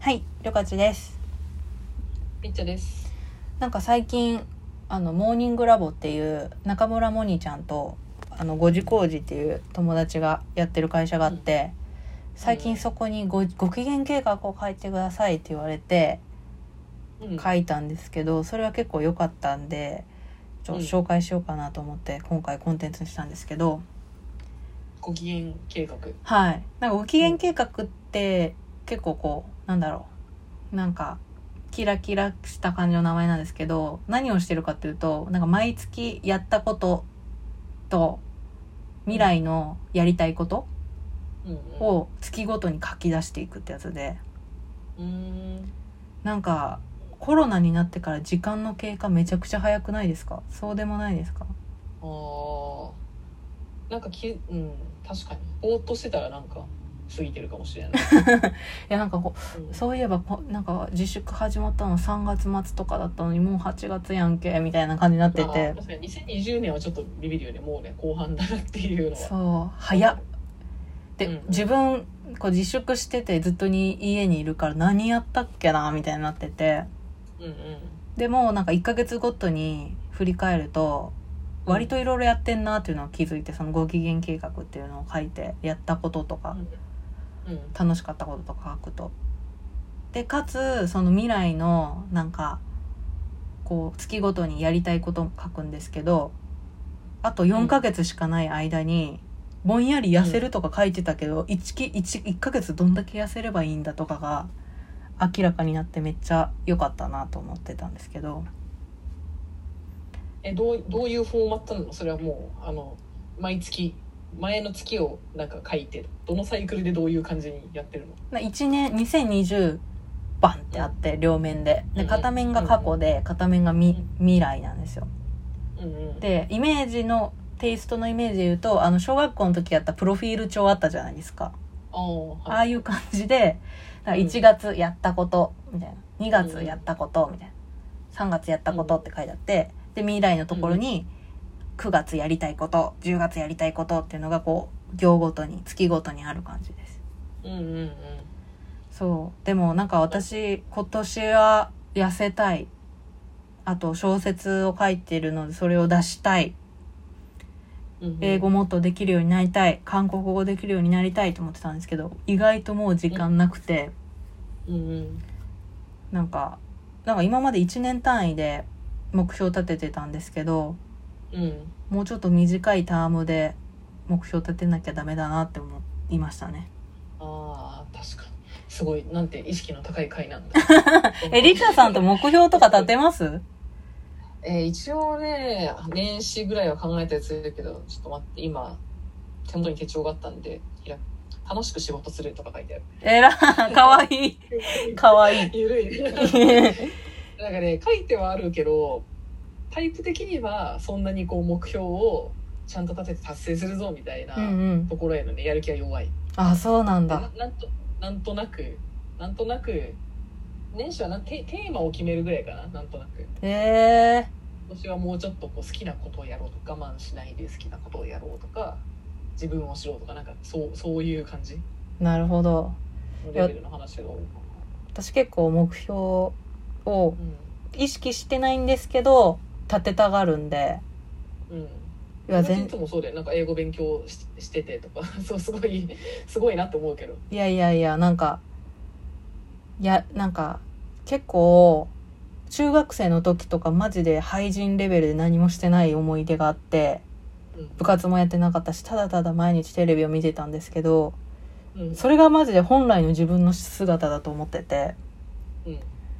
はい、りょかちです。みっちゃです。なんか最近あのモーニングラボっていう中村モニちゃんとあの五時工事っていう友達がやってる会社があって、最近そこにごご機嫌計画を書いてくださいって言われてうん書いたんですけど、それは結構良かったんで。ちょっとうん紹介しようかなと思って今回コンテンツにしたんですけど、ご機嫌計画。はいなんかご機嫌計画って結構こうなんだろうなんかキラキラした感じの名前なんですけど何をしてるかっていうとなんか毎月やったことと未来のやりたいことうんを月ごとに書き出していくってやつでうん。うーん。なんかコロナになってから時間の経過めちゃくちゃ早くないですかそうでもないですかあーなんかき、うん、確かに。ぼーっとしてたらなんか、過ぎてるかもし れない。いやなんかこうんうそういえばこなんか自粛始まったの3月末とかだったのにもう8月やんけみたいな感じになってまあて確かに2020年はちょっとビビるよね。もうね、後半だなっていうのは。そう早っで、うんうん自分こう自粛しててずっとに家にいるから何やったっけなみたいになっててうんうん。でもなんか1ヶ月ごとに振り返ると割といろいろやってんなっていうのを気づいてそのご機嫌計画っていうのを書いてやったこととかうん。楽しかったこととか書くと。でかつその未来のなんかこう月ごとにやりたいことを書くんですけどあと4ヶ月しかない間に、ぼんやり痩せるとか書いてたけど 1, 一一ヶ月どんだけ痩せればいいんだとかが明らかになってめっちゃ良かったなと思ってたんですけどえ、どう、どういうフォーマットなのそれはもう、あの、毎月、前の月をなんか書いて、どのサイクルでどういう感じにやってるのな1年2020番ってあって両面ででうん片面が過去で片面がみ未来なんですよ。うんうん。でイメージのテイストのイメージで言うとあの小学校の時やったプロフィール帳あったじゃないですか、ああ、はいああいう感じでだからうん1月やったことみたいな2月やったことみたいな3月やったことって書いてあってで未来のところに9月やりたいこと10月やりたいことっていうのがこう行ごとに月ごとにある感じですうんうんうん。そうでもなんか私今年は痩せたいあと小説を書いてるのでそれを出したいうんうん英語もっとできるようになりたい韓国語できるようになりたいと思ってたんですけど意外ともう時間なくてうんうんなんかなんか今まで1年単位で目標立ててたんですけどうんもうちょっと短いタームで目標立てなきゃダメだなって思いましたねああ確かにすごいなんて意識の高い回なんだ えリカさんって目標とか立てますえー一応ね年始ぐらいは考えたやつだけどちょっと待って今手元に手帳があったんで開く楽しく仕事するとか書いてあるえらかわいいかわいいゆる いなんかね書いてはあるけどタイプ的にはそんなにこう目標をちゃんと立てて達成するぞみたいなうんうんところへのねやる気は弱いあそうなんだななんとなんとなくなんとなく年始はなんテテーマを決めるぐらいかななんとなくえ今年はもうちょっとこう好きなことをやろうとか我慢しないで好きなことをやろうとか自分を知ろうとかなんかそうそういう感じー、なるほどのレベルの話が多いか私結構目標をな意識してないんですけど立てたがるんでうんうんいや私い全つもそうだよなんか英語勉強ししててとか そうすごいすごいなって思うけどいやいやいやなんかいやなんか結構中学生の時とかマジで廃人レベルで何もしてない思い出があって部活もやってなかったしただただ毎日テレビを見てたんですけどうんうんそれがマジで本来の自分の姿だと思っててうん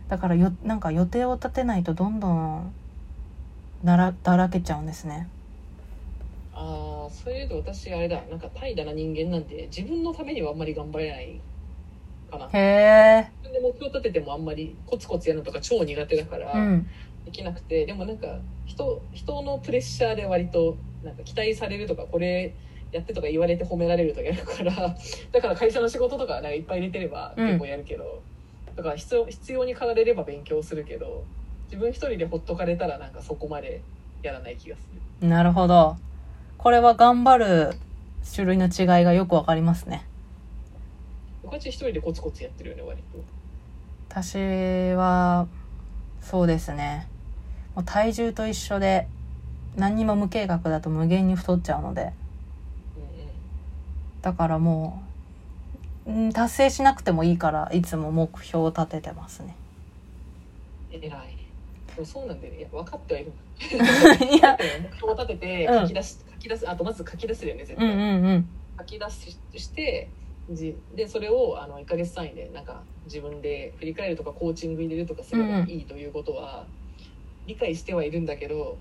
だからよなんか予定を立てないとどんどんならだらけちゃうんですねああそういうと私あれだなんか怠惰な人間なんで自分のためにはあんまり頑張れないかなへえ自分で目標立ててもあんまりコツコツやるのとか超苦手だからうんできなくて、でもなんか人人のプレッシャーで割となんか期待されるとかこれやってとか言われて褒められるとかやるから だから会社の仕事とかなんかいっぱい入れてればうん結構やるけど、だから必要必要に駆られれば勉強するけど自分一人でほっとかれたらなんかそこまでやらない気がする。なるほど。これは頑張る種類の違いがよくわかりますね。こっち一人でコツコツやってるよね割と。私はそうですねもう体重と一緒で何にも無計画だと無限に太っちゃうのでだからもううん達成しなくてもいいからいつも目標を立ててますね うんうん偉いでもそうなんだよねいや分かってはいる いや目標を立ててうん書き出し、書き出すあとまず書き出すよね絶う対、んうんうん書き出ししてじでそれをあの1ヶ月単位でなんか自分で振り返るとかコーチング入れるとかすればいいということは理解してはいるんだけど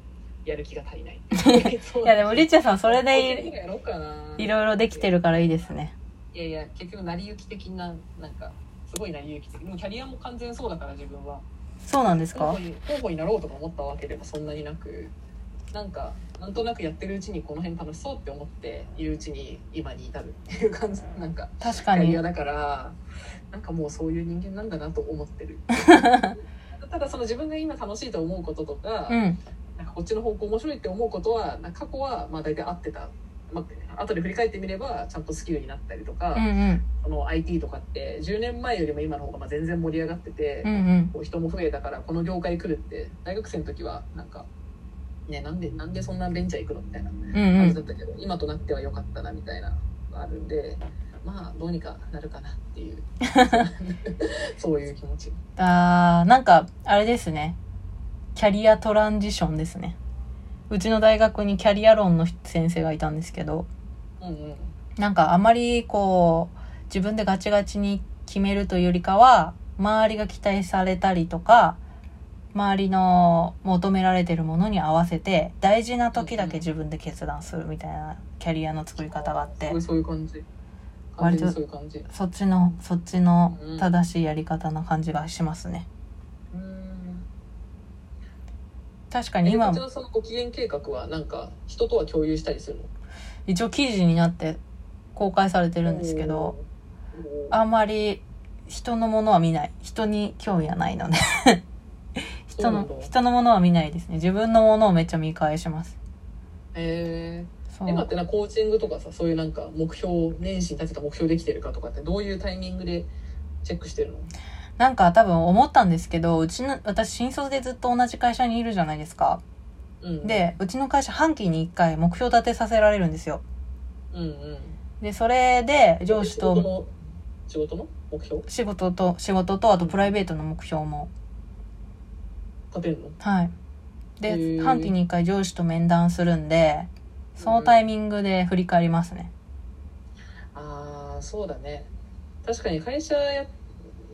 やる気が足りない いやでもリッチェさんそれいでやろうかないいろいろできてるからいいですねいやいや結局成り行き的ななんかすごい成り行き的もうキャリアも完全そうだから自分はそうなんです候か補に候補になろうとか思ったわけでもそんなになくなんかなんとなくやってるうちにこの辺楽しそうって思っているうちに今に至るっていう感じ なんか確キかャにリアだからなんかもうそういう人間なんだなと思っ てるただその自分が今楽しいと思うこととか,、うんなんかこっちの方向面白いって思うことはなんか過去はまあ大体合ってた、まあ後で振り返ってみればちゃんとスキルになったりとか、うんうんその IT とかって10年前よりも今の方がまあ全然盛り上がってて、うんうんこう人も増えたからこの業界来るって大学生の時はなんか、ね、なんでなんでそんなベンチャー行くのみたいなうんう感じだんったけど、今となっては良かったなみたいなのがあるんでまあどうにかなるかなっ ていうそういう気持ちあーなんかあれですねキャリアトランジションですねうちの大学にキャリア論の先生がいたんですけどうんうんなんかあまりこう自分でガチガチに決めるというよりかは周りが期待されたりとか周りの求められてるものに合わせて大事な時だけ自分で決断するみたいなキャリアの作り方があってすごいそういう感じ完割と全にそういう感じうそっちのそっちのうん正しいやり方な感じがしますねーん確かに今今こちらそのご機嫌計画はなんか人とは共有したりするの一応記事になって公開されてるんですけどおーあんまり人のものは見ない人に興味はない ので人そうなのんだ人のものは見ないですね自分のものをめっちゃ見返しますへーそう今ってなコーチングとかさそういうなんか目標年始に立てた目標できてるかとかってどういうタイミングでチェックしてるのなんか多分思ったんですけどうちの私新卒でずっと同じ会社にいるじゃないですかうん、でうちの会社半期に1回目標立てさせられるんですようんうん、でそれで上司仕と事の仕事の目標仕事と仕事とあとプライベートの目標も立てるのはい。へで、ー半期に一回上司と面談するんで、そのタイミングで振り返りますね。ああそうだね確かに会社や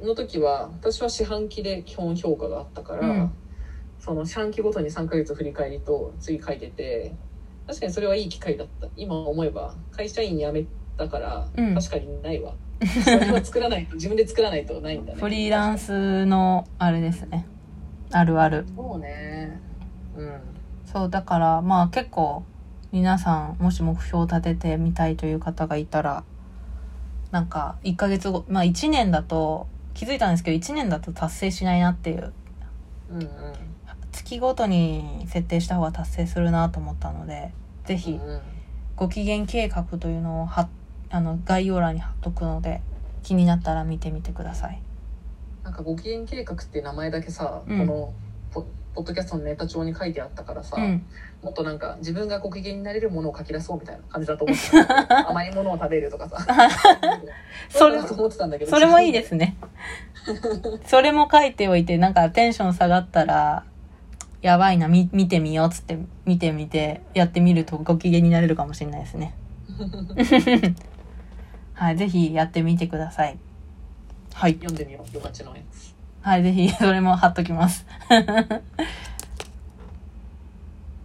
の時は私は四半期で基本評価があったから、うんその四半期ごとに3ヶ月振り返りと次書いてて確かにそれはいい機会だった今思えば会社員辞めたから、うん確かにないわそれは作らないと自分で作らないとないんだねフリーランスの、あれですね。あるある。そうねうんそう、だから、まあ結構、皆さん、もし目標を立ててみたいという方がいたら、なんか、1ヶ月後、まあ1年だと、気づいたんですけど、1年だと達成しないなっていう、うんうん月ごとに設定した方が達成するなと思ったので、ぜうひ、んうんご機嫌計画というのをはあの概要欄に貼っとくので気になったら見てみてくださいなんかご機嫌計画っていう名前だけさ、うんこのポポッドキャストのネタ帳に書いてあったからさ、うんもっとなんか自分がご機嫌になれるものを書き出そうみたいな感じだと思ってた甘いものを食べるとか さそそうれだと思ってたんだけどそれもいいですねそれも書いておいてなんかテンション下がったらやばいなみ見てみようっつって見てみてやってみるとご機嫌になれるかもしれないですねはいぜひやってみてくださいはい読んでみようよかちのやつはいぜひそれも貼っときます